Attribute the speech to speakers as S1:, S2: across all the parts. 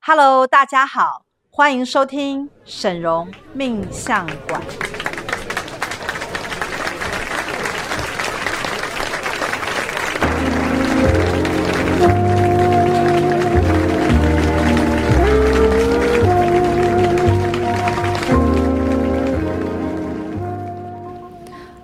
S1: Hello，大家好，欢迎收听沈荣命相馆。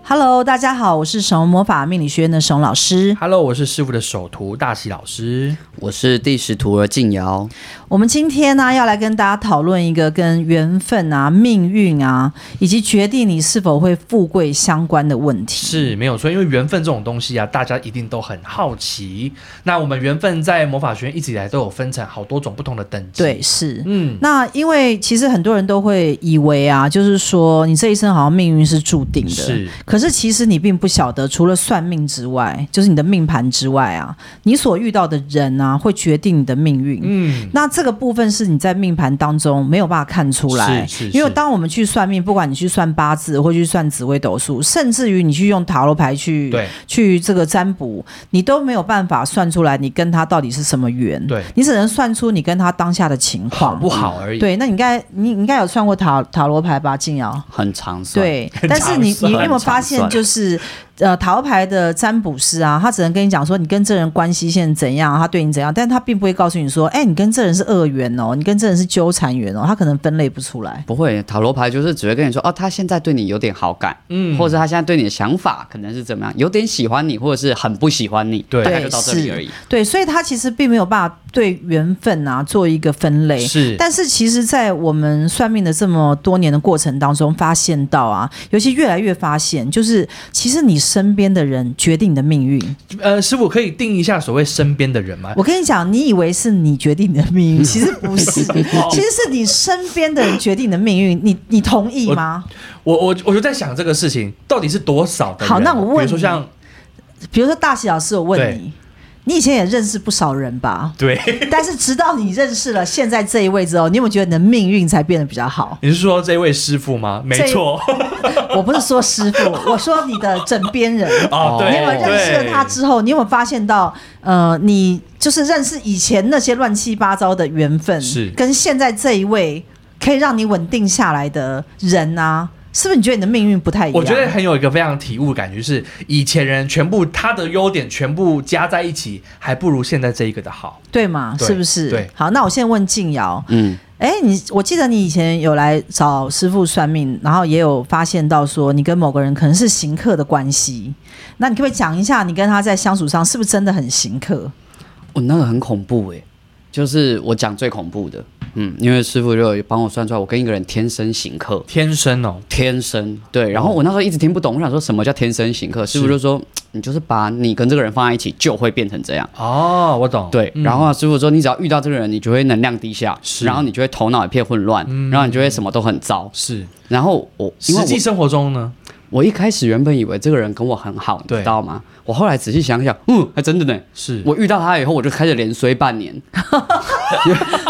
S1: Hello，大家好，我是沈荣魔法命理学院的沈荣老师。
S2: Hello，我是师傅的首徒大喜老师。
S3: 我是第十徒儿静瑶，
S1: 我们今天呢，要来跟大家讨论一个跟缘分啊、命运啊，以及决定你是否会富贵相关的问题。
S2: 是没有错，因为缘分这种东西啊，大家一定都很好奇。那我们缘分在魔法学院一直以来都有分成好多种不同的等级。
S1: 对，，是。
S2: 嗯，
S1: 那因为其实很多人都会以为啊，就是说你这一生好像命运是注定的，
S2: 是
S1: 可是其实你并不晓得，除了算命之外，就是你的命盘之外啊，你所遇到的人啊，会决定你的命运。
S2: 嗯，
S1: 那这个部分是你在命盘当中没有办法看出来，
S2: 是是是
S1: 因为当我们去算命，不管你去算八字，或去算紫微斗数，甚至于你去用塔罗牌去
S2: 对
S1: 去这个占卜，你都没有办法算出来你跟他到底是什么缘，
S2: 对，
S1: 你只能算出你跟他当下的情
S2: 好
S1: 况
S2: 不。好而已。，
S1: 对，那你应该你你应该有算过塔塔罗牌吧，静瑶？
S3: 很长算。，
S1: 对，
S2: 很
S1: 但是
S2: 常
S1: 你
S2: 算
S1: 你有没有
S3: 很
S1: 发
S3: 常
S1: 现，
S3: 算
S1: 就是呃，塔罗牌的占卜师啊，他只能跟你讲说你跟这人关系现在怎样，他对你怎样，但他并不会告诉你说，哎、你跟这人是恶缘哦，你跟这人是纠缠缘哦，他可能分类不出来。
S3: 不会塔罗牌就是只会跟你说，哦，他现在对你有点好感，
S2: 嗯，
S3: 或者他现在对你的想法可能是怎么样，有点喜欢你，或者是很不喜欢你，
S2: 对
S3: 大概就到这
S1: 对
S3: 里
S1: 是
S3: 而已。
S1: 对，所以他其实并没有办法对缘分啊做一个分类。
S2: 是
S1: 但是其实，在我们算命的这么多年的过程当中，发现到啊，尤其越来越发现，就是其实你身边的人决定你的命运。
S2: 呃，师傅可以定一下所谓身边的人吗？
S1: 我跟你讲，你以为是你决定你的命运，其实不 是，其实是你身边的人决定你的命运。你你同意吗？
S2: 我我我就在想这个事情到底是多少的人啊
S1: 好那我问
S2: 比如说像
S1: 比如说大喜老师，我问
S2: 对？
S1: 你，你以前也认识不少人吧
S2: 对，？
S1: 但是直到你认识了现在这一位之后，你有没有觉得你的命运才变得比较好
S2: 你是说这位师傅吗？没
S1: 这
S2: 错，
S1: 我不是说师傅， 我说你的枕边人。
S2: 哦，对，
S1: 你有没有认识了
S2: 对
S1: 他之后，你有没有发现到，呃，你就是认识以前那些乱七八糟的缘分，
S2: 是
S1: 跟现在这一位可以让你稳定下来的人啊，是不是你觉得你的命运不太一样？
S2: 我觉得很有一个非常体悟的感觉是，以前人全部他的优点全部加在一起，还不如现在这一个的好。
S1: 对嘛，
S2: 对
S1: 是不是？
S2: 对
S1: 好，那我现在问静瑶，
S3: 嗯，
S1: 哎，你我记得你以前有来找师傅算命，然后也有发现到说你跟某个人可能是行客的关系，那你可不可以讲一下你跟他在相处上是不是真的很行客？
S3: 我、哦那个很恐怖诶、就是我讲最恐怖的，嗯，因为师傅就有帮我算出来，我跟一个人天生行客，
S2: 天生哦，
S3: 天生对，然后我那时候一直听不懂，我想说什么叫天生行客，师傅就说你就是把你跟这个人放在一起，就会变成这样。
S2: 哦，我懂。
S3: 对，
S1: 嗯
S3: 然后啊师傅说，你只要遇到这个人，你就会能量低下，然后你就会头脑一片混乱，
S1: 嗯
S3: 然后你就会什么都很糟。
S2: 是
S3: 然后我因为
S2: 实际
S3: 我
S2: 生活中呢，
S3: 我一开始原本以为这个人跟我很好，你
S2: 对
S3: 知道吗？我后来仔细想想，嗯，还真的呢。
S2: 是
S3: 我遇到他以后，我就开始连衰半年。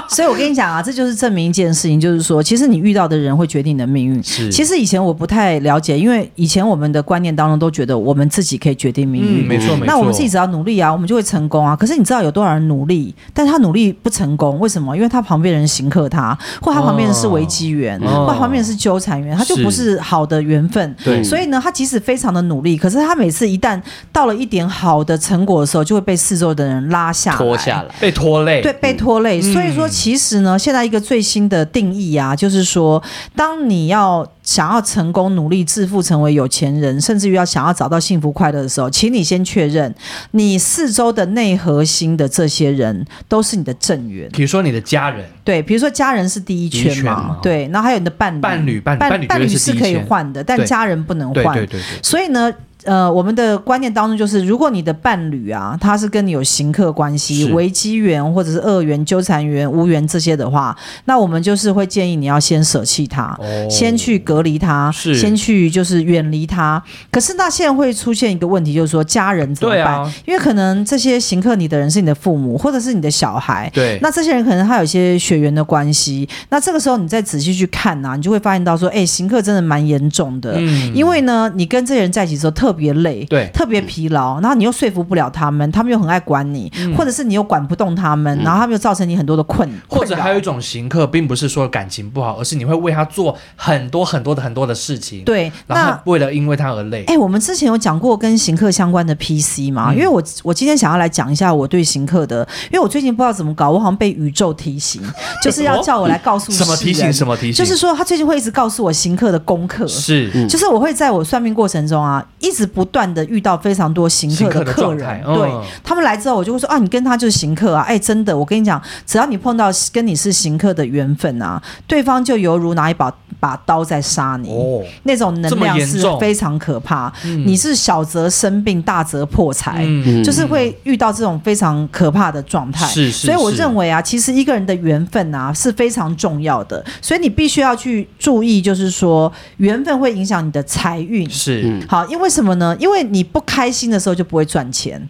S1: 所以我跟你讲啊，这就是证明一件事情，就是说，其实你遇到的人会决定你的命运。
S2: 是
S1: 其实以前我不太了解，因为以前我们的观念当中都觉得我们自己可以决定命
S2: 嗯，
S1: 运。
S2: 没错没错。
S1: 那我们自己只要努力啊，我们就会成功啊。可是你知道有多少人努力，但他努力不成功，为什么？因为他旁边人行克他，或他旁边人是危机缘，
S2: 哦
S1: 或他旁边人是纠缠缘，他就不是好的缘分。
S2: 对
S3: 嗯
S1: 所以呢，他即使非常的努力，可是他每次一旦到了一点好的成果的时候，就会被四周的人拉下来
S3: 拖下来。
S2: 被拖累。
S1: 对，被拖累。
S2: 嗯
S1: 所以说，其实呢，现在一个最新的定义啊，就是说，当你要想要成功、努力致富、成为有钱人，甚至于要想要找到幸福快乐的时候，请你先确认你四周的内核心的这些人都是你的正缘。
S2: 比如说你的家人，
S1: 对，比如说家人是第一
S2: 第一
S1: 圈
S2: 圈
S1: 嘛
S2: 嘛，
S1: 对，然后还有你的伴侣，
S2: 伴侣伴侣伴
S1: 嗯伴
S2: 侣
S1: 伴
S2: 绝对
S1: 侣
S2: 是第一
S1: 可以
S2: 圈
S1: 换的，但
S2: 对
S1: 家人不能
S2: 对
S1: 换
S2: 对。对对，
S1: 所以呢，呃，我们的观念当中就是，如果你的伴侣啊，他是跟你有行客关系、
S2: 是
S1: 危机缘或者是恶缘、纠缠缘、无缘这些的话，那我们就是会建议你要先舍弃他。
S2: 哦
S1: 先去隔离他，
S2: 是
S1: 先去就是远离他。可是那现在会出现一个问题，就是说家人怎么
S2: 对
S1: 办？
S2: 啊，
S1: 因为可能这些行客你的人是你的父母，或者是你的小孩，
S2: 对，
S1: 那这些人可能他有一些血缘的关系，那这个时候你再仔细去看呐、你就会发现到说，哎、行客真的蛮严重的。
S2: 嗯
S1: 因为呢，你跟这些人在一起的时候特别累，
S2: 对
S1: 特别疲劳，然后你又说服不了他们，他们又很爱管你，
S2: 嗯
S1: 或者是你又管不动他们，然后他们又造成你很多的困，
S2: 或者
S1: 困扰
S2: 还有一种行客，并不是说感情不好，而是你会为他做很多很多的很多的事情，，
S1: 对，
S2: 然
S1: 那
S2: 后为了因为他而累。
S1: 哎、我们之前有讲过跟行客相关的 PC 嘛？
S2: 嗯
S1: 因为我我今天想要来讲一下我对行客的，因为我最近不知道怎么搞，我好像被宇宙提醒，就是要叫我来告诉
S2: 什么提醒？什
S1: 么
S2: 么提醒？
S1: 就是说他最近会一直告诉我行客的功课。
S2: 是
S1: 就是我会在我算命过程中啊，一直不断的遇到非常多行客
S2: 行客的
S1: 客
S2: 状
S1: 人
S2: 态，
S1: 对
S2: 嗯
S1: 他们来之后，我就会说啊，你跟他就是行客啊，哎，真的，我跟你讲，只要你碰到跟你是行客的缘分啊，对方就犹如拿一把把刀在杀你，
S2: 哦，
S1: 那种能量是非常可怕，
S2: 嗯
S1: 你是小则生病，大则破财。
S2: 嗯，
S1: 就是会遇到这种非常可怕的状态，
S2: 是是
S1: 所以我
S2: 是
S1: 认为啊，其实一个人的缘分啊是非常重要的，所以你必须要去注意，就是说缘分会影响你的财运。
S2: 是
S1: 好，因为什么呢？因为你不开心的时候就不会赚钱，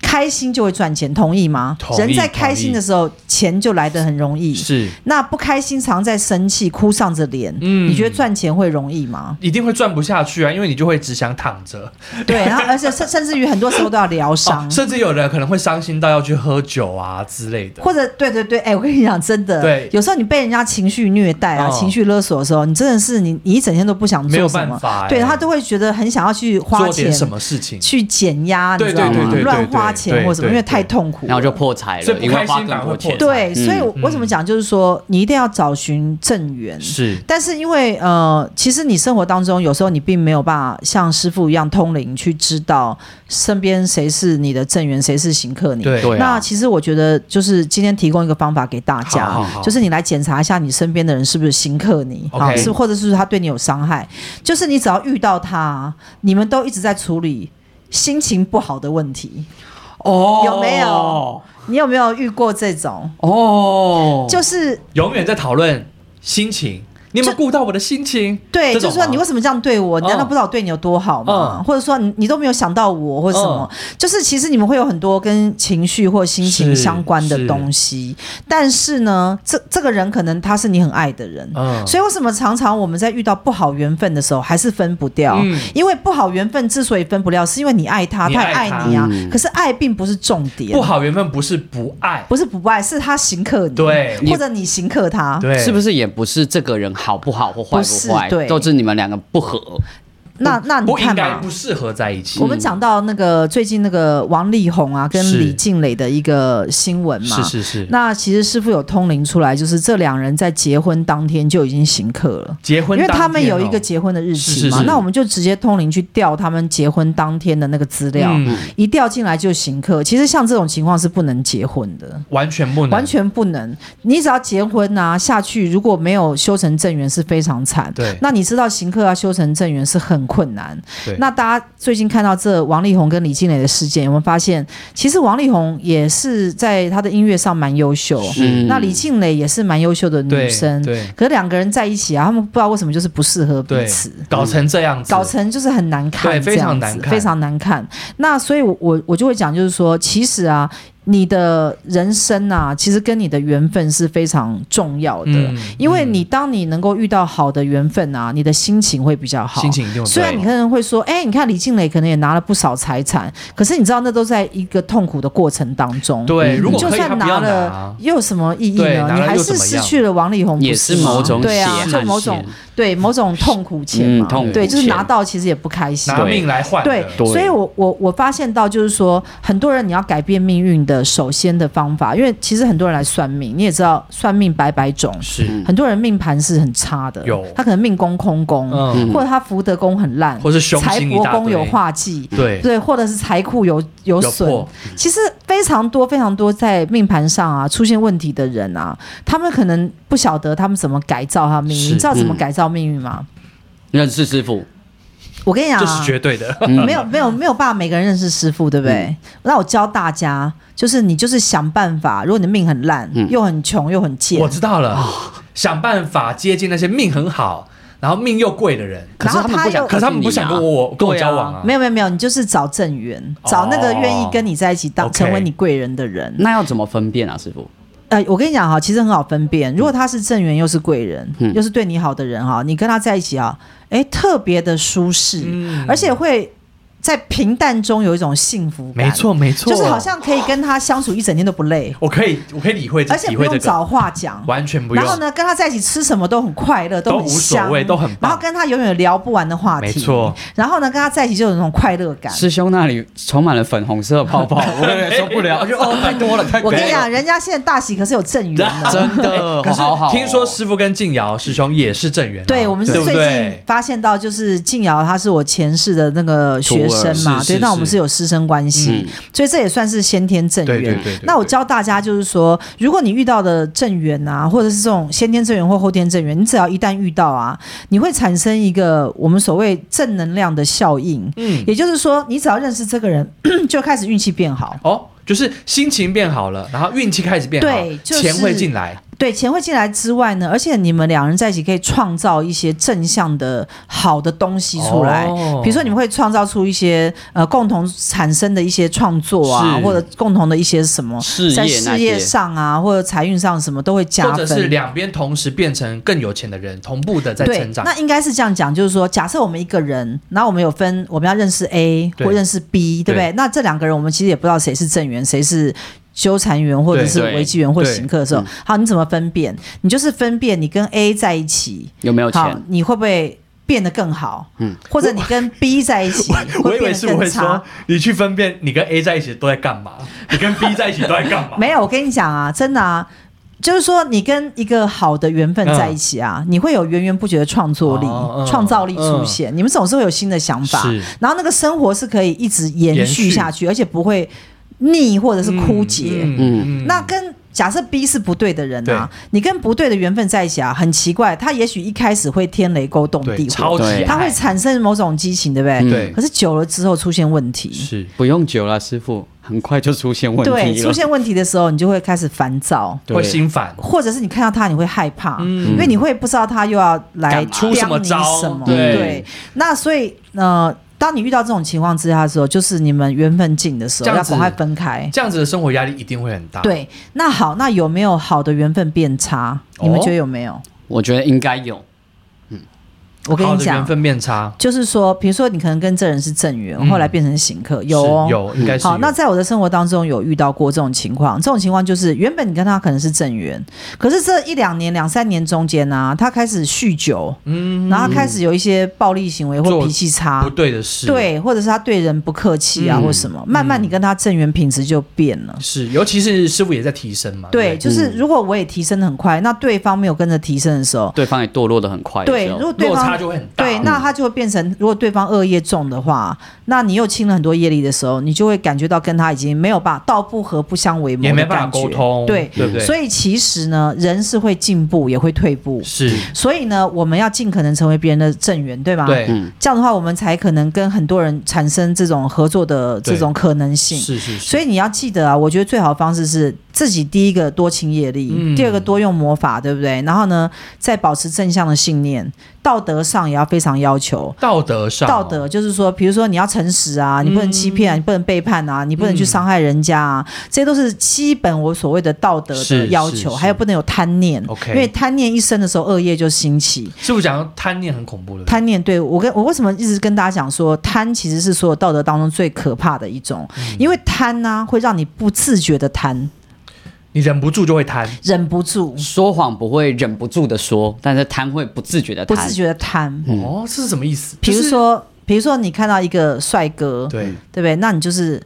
S1: 开心就会赚钱，同意吗？
S2: 同意
S1: 人在开心的时候，钱就来得很容易。
S2: 是，
S1: 那不开心，常在生气，哭丧着脸，
S2: 嗯
S1: 你觉得赚钱会容易吗？
S2: 一定会赚不下去啊，因为你就会只想躺 着，
S1: 对，然后而且甚甚至于很多时候都要疗伤
S2: 哦，甚至有人可能会伤心到要去喝酒啊之类的。
S1: 或者对对对，哎、我跟你讲，真的，
S2: 对
S1: 有时候你被人家情绪虐待啊、
S2: 哦
S1: 情绪勒索的时候，你真的是你你一整天都不想
S2: 没有
S1: 做什
S2: 办
S1: 么，
S2: 法哎
S1: 对他都会觉得很想要去花
S2: 做点
S1: 钱
S2: 什么事情，
S1: 去减压，你
S2: 对
S1: 知道
S3: 对对
S1: 吗
S3: 对？对
S1: 乱
S2: 对
S1: 花
S2: 对
S1: 钱或什么，
S2: 对
S1: 因为
S2: 对
S1: 太痛苦了，
S3: 然后就破财
S2: 所以嗯
S3: 了，
S2: 不
S3: 因为
S2: 开心
S3: 花更
S2: 反而
S3: 多
S2: 会破
S3: 钱。
S2: 财
S1: 对，所以
S2: 嗯
S1: 我为什么讲就是说，你一定要找寻正缘，
S2: 是
S1: 但是因为呃，其实你生活当中有时候你并没有办法像师傅一样通灵去知道身边谁是你的正缘，谁是行客你。
S2: 对
S3: 对
S1: 那
S3: 啊，
S1: 其实我觉得，就是今天提供一个方法给大家，
S2: 好好好
S1: 就是你来检查一下你身边的人是不是行客你，
S2: OK
S1: 是或者是不是他对你有伤害。就是你只要遇到他，你们都一直在处理心情不好的问题，
S3: 哦
S1: 有没有？你有没有遇过这种？
S3: 哦，
S1: 就是
S2: 永远在讨论心情，你有没有顾到我的心情？
S1: 对，
S2: 这
S1: 就
S2: 种
S1: 是说
S2: 吗
S1: 你为什么这样对我？你难道
S2: 嗯
S1: 不知道我对你有多好吗？
S2: 嗯
S1: 或者说你你都没有想到我或者什么？就是其实你们会有很多跟情绪或心情
S2: 是
S1: 相关的
S2: 是
S1: 东西，但是呢，这这个人可能他是你很爱的人。
S2: 嗯，
S1: 所以为什么常常我们在遇到不好缘分的时候，还是分不掉？
S2: 嗯
S1: 因为不好缘分之所以分不掉，是因为你爱他，
S2: 你
S1: 他也
S2: 爱
S1: 爱
S2: 他
S1: 你啊。
S3: 嗯
S1: 可是爱并不是重点，
S2: 不好缘分不是不爱，
S1: 不是不爱，是他行克你，
S2: 对
S1: 或者你行克他，
S2: 对，
S3: 是不是也不是这个人好不好或坏
S1: 不是
S3: 不坏，
S1: 对
S3: 都是你们两个不合。
S1: 那那你
S2: 不应
S1: 看嘛
S2: 该，不适合在一起
S1: 我？们讲到那个最近那个王力宏啊，跟
S2: 是
S1: 李静蕾的一个新闻嘛。
S2: 是是是，
S1: 那其实师傅有通灵出来，就是这两人在结婚当天就已经行客了。
S2: 结婚
S1: 因为
S2: 当
S1: 他们
S2: 天
S1: 有一
S2: 哦
S1: 个结婚的日期嘛，
S2: 是是是
S1: 那我们就直接通灵去调他们结婚当天的那个资料，
S2: 嗯
S1: 一调进来就行客。其实像这种情况是不能结婚的，
S2: 完全不能，
S1: 完全不能。你只要结婚啊下去，如果没有修成正缘是非常惨。
S2: 对
S1: 那你知道行客要修成正缘是很困难
S2: 对。
S1: 那大家最近看到这王力宏跟李静蕾的事件，有没有发现，其实王力宏也是在他的音乐上蛮优秀，
S3: 嗯
S1: 那李静蕾也是蛮优秀的女
S2: 对
S1: 生。嗯
S2: 对
S1: 可是两个人在一起啊，他们不知道为什么就是不适合彼
S2: 对
S1: 此。，
S2: 搞成这样子，
S1: 搞成就是很难看，
S2: 对非常难看
S1: 这样子非常难看。那所以我，我我就会讲，就是说，其实啊，你的人生啊，其实跟你的缘分是非常重要的，
S2: 嗯
S1: 因为你当你能够遇到好的缘分啊，你的心情会比较好。
S2: 心情一定会
S1: 虽然你可能会说，哎、你看李静蕾可能也拿了不少财产，可是你知道那都在一个痛苦的过程当中。
S2: 对，
S3: 嗯
S2: 如
S1: 你
S2: 果
S1: 就
S2: 可以，他
S1: 算
S2: 不要
S1: 了
S2: 拿，，
S1: 又有什么意义
S2: 对
S1: 呢？
S2: 拿了
S1: 你还
S2: 又
S1: 是
S2: 怎么
S1: 失
S2: 样
S1: 去了王力宏，
S3: 也
S1: 不
S3: 是
S1: 吗
S3: 某种
S1: 对啊，
S3: 血
S1: 就
S3: 汗
S1: 某种
S3: 钱
S1: 对某种痛苦钱嘛
S3: 嗯，痛苦
S1: 对，就是
S3: 钱
S1: 拿到其实也不开心。
S2: 拿命来换的，
S1: 对，
S3: 对
S1: 所以我我我发现到就是说，很多人你要改变命运的首先的方法，因为其实很多人来算命，你也知道算命百百种，
S2: 是，
S1: 很多人命盘是很差的，
S2: 有
S1: 他可能命宫空宫，
S2: 嗯，
S1: 或者他福德宫很烂，
S2: 或是凶
S1: 财
S2: 星一
S1: 帛
S2: 大
S1: 宫有
S2: 堆
S1: 化忌。
S2: 对，
S1: 对，或者是财库有有
S2: 有
S1: 损，
S2: 破嗯
S1: 其实非常多非常多在命盘上啊出现问题的人啊，他们可能不晓得他们怎么改造他命运。
S2: 是
S1: 你知道怎么
S3: 嗯
S1: 改造命运吗？
S3: 认识师傅，
S1: 我跟你讲、啊，
S2: 这是嗯绝对的，
S1: 没有没有没有办法，每个人认识师傅，对不对？
S2: 嗯
S1: 那我教大家，就是你就是想办法，如果你的命很烂，又很穷又很贱
S2: 嗯我，知道了，
S1: 啊
S2: 想办法接近那些命很好，然后命又贵的
S1: 嗯
S2: 人，
S3: 可是他们不想，
S2: 可是他们不想跟我跟我交往啊，
S1: 没有没有没有，你就是找正缘，找那个愿意跟你在一起当、
S2: 哦 OK
S1: 成为你贵人的人。
S3: 那要怎么分辨啊，师傅？
S1: 呃，我跟你讲哈，其实很好分
S2: 嗯
S1: 辨，如果他是正缘又是贵人，又是对你好的人哈，你跟他在一起啊，哎，特别的舒适，
S2: 嗯
S1: 而且会。在平淡中有一种幸福感，
S2: 没，错没错，
S1: 就是好像可以跟他相处一整天都不累，
S2: 我可以我可以理会这，
S1: 而且
S2: 体
S1: 不
S2: 会
S1: 用
S2: 这个，
S1: 找话讲。
S2: 完全不用
S1: 然后。呢，跟他在一起吃什么都很快乐，
S2: 都
S1: 很
S2: 无所
S1: 香，
S2: 谓都很棒
S1: 然后跟他永远有聊不完的话题，
S2: 没错。
S1: 然后呢，跟他在一起就有那种快乐感。
S3: 师兄那里充满了粉红色泡 泡，我有点受不了，我就哦太多 了，太
S1: 我
S3: 多
S1: 跟你
S2: 哎
S3: 了，
S1: 讲，人家现在大喜可是有正缘 的。
S3: 哎真的，
S2: 可是
S3: 好好哦
S2: 听说师傅跟静瑶师兄也是正缘啊，
S1: 对，我们是
S2: 不
S1: 最近
S2: 对？
S1: 发现到，就是静瑶她是我前世的那个学生
S2: 徒
S1: 嘛
S2: 儿，是
S1: 对，
S2: 是
S1: 那我们
S2: 是嗯
S1: 是有师生关系，所以这也算是先天正
S2: 对对
S1: 缘
S2: 对。对对
S1: 那我教大家就是说，如果你遇到的正缘啊，或者是这种先天正缘或后天正缘，你只要一旦遇到啊，你会产生一个我们所谓正能量的效应。
S2: 嗯，
S1: 也就是说，你只要认识这个人， 就开始运气变好。
S2: 哦，就是心情变好了，然后运气开始变好，
S1: 对就是
S2: 钱会进来，
S1: 对，钱会进来之外呢，而且你们两人在一起可以创造一些正向的好的东西出来。
S2: 哦
S1: 比如说，你们会创造出一些呃共同产生的一些创作啊，
S3: 是
S1: 或者共同的一些什么，
S3: 事业
S1: 在
S3: 那
S1: 事业
S3: 些，
S1: 上啊，或者财运上什么都会加
S2: 或
S1: 分。
S2: 者是两边同时变成更有钱的人，同步的在
S1: 对
S2: 成，长
S1: 那。应该是这样讲，就是说，假设我们一个人，然后我们有分，我们要认识 A
S2: 对
S1: 或认识 B，对不对？那这两个人，我们其实也不知道谁是正缘，谁是纠缠缘，或者是
S3: 对
S1: 危机缘或
S2: 对
S1: 行客的时候，好，你怎么分辨？你就是分辨你跟 A 在一起，
S3: 有没有
S1: 好
S3: 钱？，
S1: 你会不会变得更好？嗯
S3: 嗯，
S1: 或者你跟 B 在一起
S2: 我
S1: 会
S2: 以
S1: 变
S2: 为
S1: 得
S2: 是我
S1: 更
S2: 会
S1: 差
S2: 说。，你去分辨你跟 A 在一起都在干嘛，你跟 B 在一起都在干嘛？
S1: 没有，我跟你讲啊，真的啊。就是说，你跟一个好的缘分在一起啊，你会有源源不绝的创作力、
S2: 嗯哦嗯
S1: 创造力出现。你们总是会有新的想法
S2: 是，
S1: 然后那个生活是可以一直延
S2: 延
S1: 续
S2: 续
S1: 下去，而且不会腻或者是枯竭。
S2: 嗯
S1: 那跟假设 B 是不对的人啊，你跟不对的缘分在一起啊，很奇怪，他也许一开始会天雷勾动
S2: 对
S1: 地
S2: 超
S1: 火，
S2: 级
S3: 对
S2: 爱，
S1: 他会产生某种激情，对不对？
S3: 嗯
S2: 对
S1: 可是久了之后出现问题，
S2: 是
S3: 不用久了，师傅，很快就出现问
S1: 对，
S3: 题了
S1: 出，现问题的时候，你就会开始烦躁。
S3: 对
S2: 会心烦，
S1: 或者是你看到他你会害怕，
S2: 嗯
S1: 因为你会不知道他又要来
S2: 干嘛出什么招
S1: 刁你什么
S2: 对
S1: 对，那所以呃，当你遇到这种情况之下的时候，就是你们缘分尽的时
S2: 这
S1: 候，
S2: 样
S1: 要
S2: 子
S1: 赶快分开。
S2: 这样子的生活压力一定会很大。，
S1: 对，那好，那有没有好的缘分变差？你们
S2: 哦
S1: 觉得有没有？
S3: 我觉得应该有，
S1: 我跟
S2: 好
S1: 你
S2: 的缘
S1: 讲，
S2: 分变差，
S1: 就是说，比如说你可能跟这人是正缘，
S2: 嗯
S1: 后来变成行客，有哦
S2: 是。有应该是
S1: 好，
S2: 有
S1: 那在我的生活当中有遇到过这种情况，这种情况就是原本你跟他可能是正缘，可是这一两年、两三年中间呢、他开始酗酒，
S2: 嗯
S1: 然后他开始有一些暴力行为或
S2: 做
S1: 脾气差
S2: 不，对的事，，
S1: 对，或者是他对人不客气啊，
S3: 嗯
S1: 或什么，慢慢你跟他正缘品质就变了。
S2: 是，啊尤其是师傅也在提升嘛，
S1: 对，
S2: 不
S1: 就是如果我也提升的很快，那对方没有跟着提升的时候，
S3: 对方也堕落的很
S2: 哎
S3: 快的
S1: 对，
S3: 时
S1: 如
S3: 候，
S1: 果
S2: 对
S1: 对
S2: 落差
S1: 方
S2: 就会很大。
S1: 对，那他就会变成，如果对方恶业重的话，那你又清了很多业力的时候，你就会感觉到跟他已经没有办法道不合不相为谋，
S2: 也没办法沟通，
S1: 对，
S2: 对不对？
S1: 所
S2: 以
S1: 以其实呢，人是会进步也会退步，
S2: 是，
S1: 所以呢，我们要尽可能成为别人的正缘，对吗？。
S2: 对，
S3: 嗯，
S1: 这样的话，我们才可能跟很多人产生这种合作的这种可能性。
S2: 是是是，
S1: 所以你要记得啊，我觉得最好的方式是自己第一个多勤业力，
S2: 嗯
S1: 第二个多用魔法，对不对？然后呢，再保持正向的信念，道德上也要非常要求。
S2: 道德上哦
S1: 道德就是说，比如说你要诚实啊，
S2: 嗯
S1: 你不能欺骗啊、你不能背叛啊，你不能去伤害人家啊，这些都是基本我所谓的道德的
S2: 是
S1: 要
S2: 是
S1: 求，
S2: 是
S1: 还有不能有贪念
S2: OK
S1: 因为贪念一生的时候，恶业就兴起。
S2: 师傅讲贪念很恐怖的，
S1: 贪念，对我跟我为什么一直跟大家讲说，贪其实是所有道德当中最可怕的一种，
S2: 嗯
S1: 因为贪呢、会让你不自觉的贪，
S2: 你忍不住就会贪，
S1: 忍不住，
S3: 说谎不会忍不住的说，但是贪会不自觉的
S1: 不
S3: 贪，
S1: 自觉的贪。
S3: 嗯
S2: 哦，这是什么意思？
S1: 比如
S2: 就是
S1: 说，比如说你看到一个帅哥，对不
S2: 对，
S1: 对？那你就是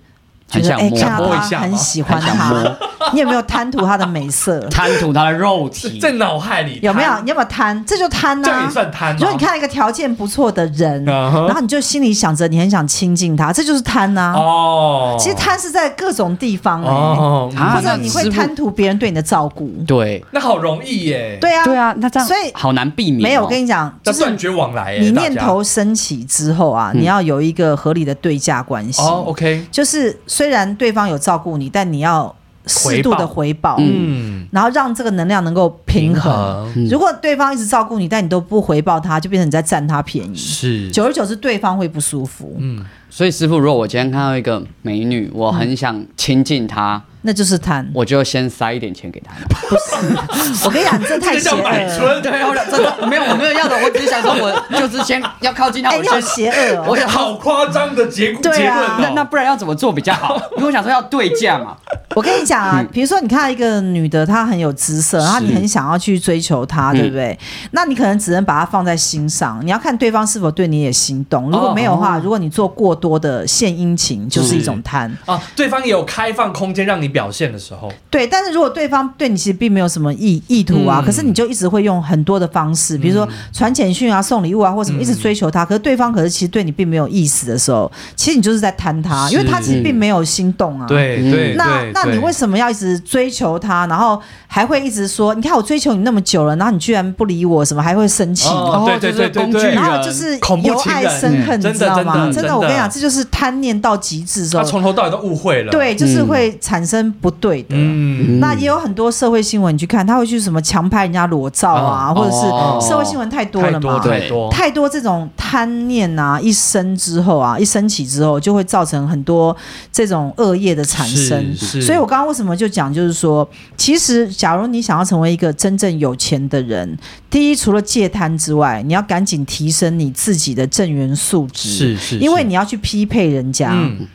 S1: 觉
S3: 很
S1: 得
S3: 想
S1: 哎，
S3: 摸
S1: 看到
S2: 摸一
S1: 他
S2: 下
S1: 很
S2: 吗
S1: 喜欢
S3: 很想
S1: 他， 你有没有贪图他的美 色？
S3: 贪图他的肉
S2: 这
S3: 体，
S2: 在脑海里
S1: 有没有？
S2: 贪
S1: 你有没有贪？这就贪
S2: 这样也
S1: 呐。
S2: 算贪吗？
S1: 如果你看到一个条件不错的人，
S2: 嗯哼
S1: 然后你就心里想着你很想亲近他，这就是贪呐。
S2: 哦，
S1: 啊其实贪是在各种地方哎。
S2: 哦，
S3: 啊
S1: 或者你会
S3: 那师傅
S1: 贪图别人对你的照顾。
S3: 对
S2: 那好容易耶，，
S1: 对啊，
S3: 对啊，那这样
S1: 所以
S3: 好难避免哦。
S1: 没有，我跟你讲，
S2: 那
S1: 就是
S2: 断绝往来耶，
S1: 你
S2: 大家嗯
S1: 念头升起之后啊，你要有一个合理的对价关系。
S2: 哦，OK，
S1: 就是虽然对方有照顾你，但你要适度的回报，
S2: 嗯，
S1: 然后让这个能量能够平衡。
S2: 衡
S1: 如果对方一直照顾你，但你都不回报他，就变成你在占他便宜。
S2: 是，
S1: 久而久之，对方会不舒服。
S2: 嗯，
S3: 所以师傅，如果我今天看到一个美女，我很想亲近她，
S1: 那就是贪。
S3: 我就先塞一点钱给他们。
S1: 我跟你讲，你这太
S2: 这
S1: 邪
S2: 叫买
S1: 恶了。
S2: 春，
S3: 对，我真的没有，我没有要的，我只是想说，我就是先要靠近他，
S1: 哎、
S3: 我
S1: 你好邪
S3: 先
S1: 恶
S3: 我
S1: 哦！
S3: 想
S2: 好夸张的结
S1: 对啊
S2: 结论
S3: 那
S2: 哦。
S3: 那不然要怎么做比较好？因为我想说要对价嘛。
S1: 我跟你讲啊，比如说你看到一个女的，她很有姿色，然后你很想要去追求她，对不对？那你可能只能把她放在心上，你要看对方是否对你也心动。如果没有的话，如果你做过多的献殷勤，就是一种贪。
S2: 啊，对方也有开放空间让你表现的时候，
S1: 对，但是如果对方对你其实并没有什么意意图啊，
S2: 嗯
S1: 可是你就一直会用很多的方式，比如说传简讯啊、送礼物啊或什么，一直追求他。可是对方可是其实对你并没有意思的时候，其实你就是在贪他，因为他其实并没有心动啊。。
S2: 对
S3: 嗯
S2: 对
S1: 那
S2: 对
S1: 那你
S2: 对
S1: 为什么要一直追求他，然后还会一直说，你看我追求你那么久了，然后你居然不理我，什么还会生气？
S2: 哦对对对对
S3: 就是工具
S2: 对
S1: 然后
S3: 人
S1: 就是
S2: 恐怖
S1: 由
S2: 情
S1: 爱
S2: 人
S1: 生恨，
S2: 嗯
S1: 你知道
S2: 真的真
S1: 吗？
S2: 的
S1: 真
S2: 真的
S1: 的，我跟你讲，这就是贪念到极致之
S2: 他
S1: 后，
S2: 从头到尾都误会了。，
S1: 对，就是会产生不对的。
S2: 嗯，
S1: 那也有很多社会新闻，你去看，他会去什么强拍人家裸照啊，
S2: 嗯
S3: 哦
S1: 或者
S3: 哦
S1: 是社会新闻太多
S2: 太
S1: 了
S2: 多
S1: 嘛，
S3: 对
S2: 太多，
S1: 太多这种贪念啊，一生之后啊，一升起之后，就会造成很多这种恶业的产生。
S2: 是是
S1: 所以我刚刚为什么就讲，就是说，其实假如你想要成为一个真正有钱的人，第一，除了戒贪之外，你要赶紧提升你自己的正缘素质，
S2: 是是，
S1: 因为
S2: 是
S1: 你要去匹配人家，
S2: 嗯，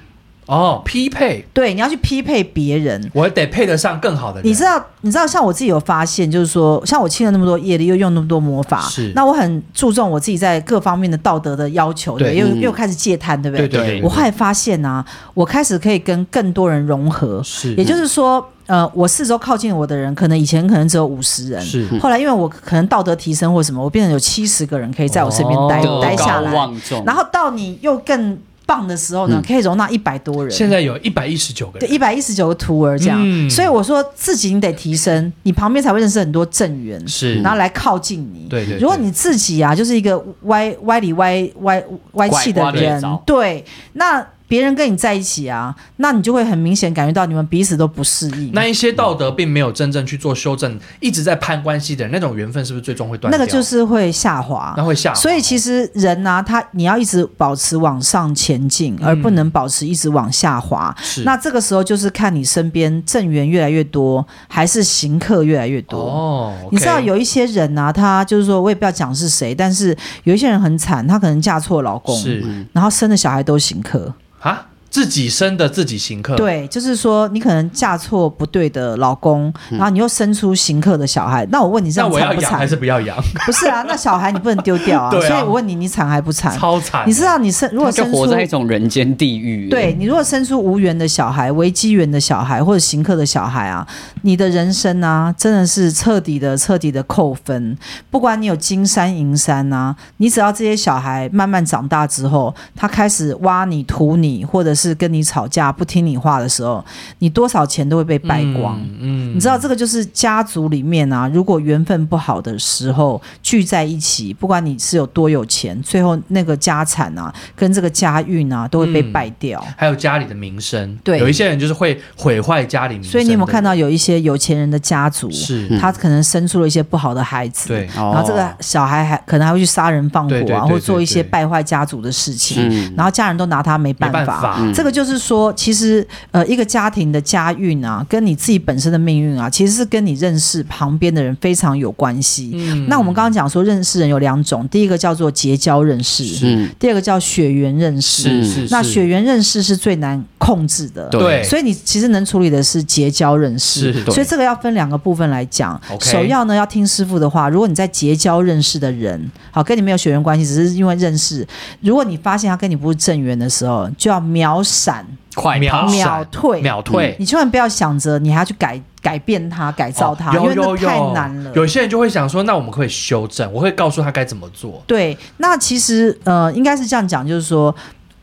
S2: 哦，匹配，
S1: 对，你要去匹配别人。
S2: 我得配得上更好的人。
S1: 你知道，你知道，像我自己有发现，就是说，像我清了那么多业力，又用那么多魔法，
S2: 是
S1: 那我很注重我自己在各方面的道德的要求，对，
S2: 对
S1: 又
S3: 嗯
S1: 又开始戒贪，对不
S2: 对
S1: 对？
S2: 对对，
S1: 我后来发现啊，我开始可以跟更多人融合，
S2: 是，
S1: 也就是说，呃，我四周靠近我的人，可能以前可能只有五十人，
S2: 是
S1: 后来因为我可能道德提升或什么，我变成有七十个人可以在我身边
S3: 哎
S1: 待、
S2: 哦
S1: 待下
S3: 德
S1: 来
S3: 高，望重，
S1: 然后哎到你又更棒的时候呢，可以容纳一百多人。
S2: 嗯现在有一百一十九个
S1: 对，
S2: 人，
S1: 一百一十九个徒儿这样，
S2: 嗯
S1: 所以我说自己你得提升，你旁边才会认识很多正缘，
S2: 是
S1: 然后来靠近你。
S2: 对对对
S1: 如果你自己啊，就是一个歪歪里歪歪歪气的
S3: 拐瓜裂
S1: 人
S3: 枣，
S1: 对，那别人跟你在一起啊，那你就会很明显感觉到你们彼此都不适应。
S2: 那一些道德并没有真正去做修正，一直在攀关系的人，那种缘分是不是最终会断
S1: 那
S2: 掉？
S1: 个就是会下滑
S2: 那。会下滑，
S1: 所以其实人呢、他你要一直保持往上前进，而不能保持一直往下滑。
S2: 嗯是
S1: 那这个时候就是看你身边正缘越来越多，还是行客越来越多。
S2: 哦，OK，
S1: 你知道有一些人啊，他就是说我也不要讲是谁，但是有一些人很惨，他可能嫁错老公，
S2: 是
S1: 然后生的小孩都行客。
S2: 啊，自己生的自己行客，
S1: 对，就是说你可能嫁错不对的老公，然后你又生出行客的小孩。那我问你这
S2: 嗯那
S1: 样
S2: 我要
S1: 惨不
S2: 养还
S1: 惨？
S2: 是不要养？
S1: 不是啊，那小孩你不能丢掉啊。
S2: 对啊
S1: 所以我问你，你惨还不惨？
S2: 超惨，啊
S1: 你知道你生如果
S3: 他就
S1: 生出
S3: 活在一种人间地狱。
S1: 对，你如果生出无缘的小孩、危机缘的小孩或者行客的小孩啊，你的人生啊，真的是彻底的、彻底的扣分。不管你有金山银山啊，你只要这些小孩慢慢长大之后，他开始挖你、图你，或者是跟你吵架、不听你话的时候，你多少钱都会被败光。
S2: 嗯，
S1: 你知道这个就是家族里面啊，如果缘分不好的时候聚在一起，不管你是有多有钱，最后那个家产啊，跟这个家运啊，都会被败掉。
S2: 还有家里的名声，
S1: 对
S2: 有一些人就是会毁坏家嗯里名声的人，
S1: 所以你有没有看到有一些有钱人的家族，
S2: 是？
S3: 嗯
S1: 他可能生出了一些不好的孩子，
S2: 嗯对，
S3: 哦，
S1: 然后这个小孩还可能还会去杀人放
S2: 对
S1: 火
S2: 对
S1: 啊，
S2: 对
S1: 或做一些
S2: 对对
S1: 败坏家族的事情，
S3: 嗯，
S1: 然后家人都拿他没
S2: 没
S1: 办
S2: 办
S1: 法。
S2: 法，
S3: 嗯
S1: 这个就是说，其实呃，一个家庭的家运啊，跟你自己本身的命运啊，其实是跟你认识旁边的人非常有关系。
S2: 嗯
S1: 那我们刚刚讲说，认识人有两种，第一个叫做结交认识，
S3: 嗯
S1: 第二个叫血缘认识。
S2: 是是，
S1: 那
S2: 是
S1: 血缘认识是最难控制的，
S2: 对，
S1: 所以你其实能处理的是结交认识，
S2: 是
S1: 所以这个要分两个部分来讲。
S2: OK
S1: 首要呢要听师傅的话，如果你在结交认识的人，好跟你没有血缘关系，只是因为认识，如果你发现他跟你不是正缘的时候，就要秒闪
S2: 快
S3: 秒
S2: 闪
S1: 秒退，
S2: 秒退。
S1: 你千万不要想着你还要去改改变他、改造他，
S2: 哦有
S1: 因为
S2: 有
S1: 那
S2: 有
S1: 太难了。
S2: 有些人就会想说，那我们可不可以修正，我会告诉他该怎么做。
S1: 对，那其实呃，应该是这样讲，就是说。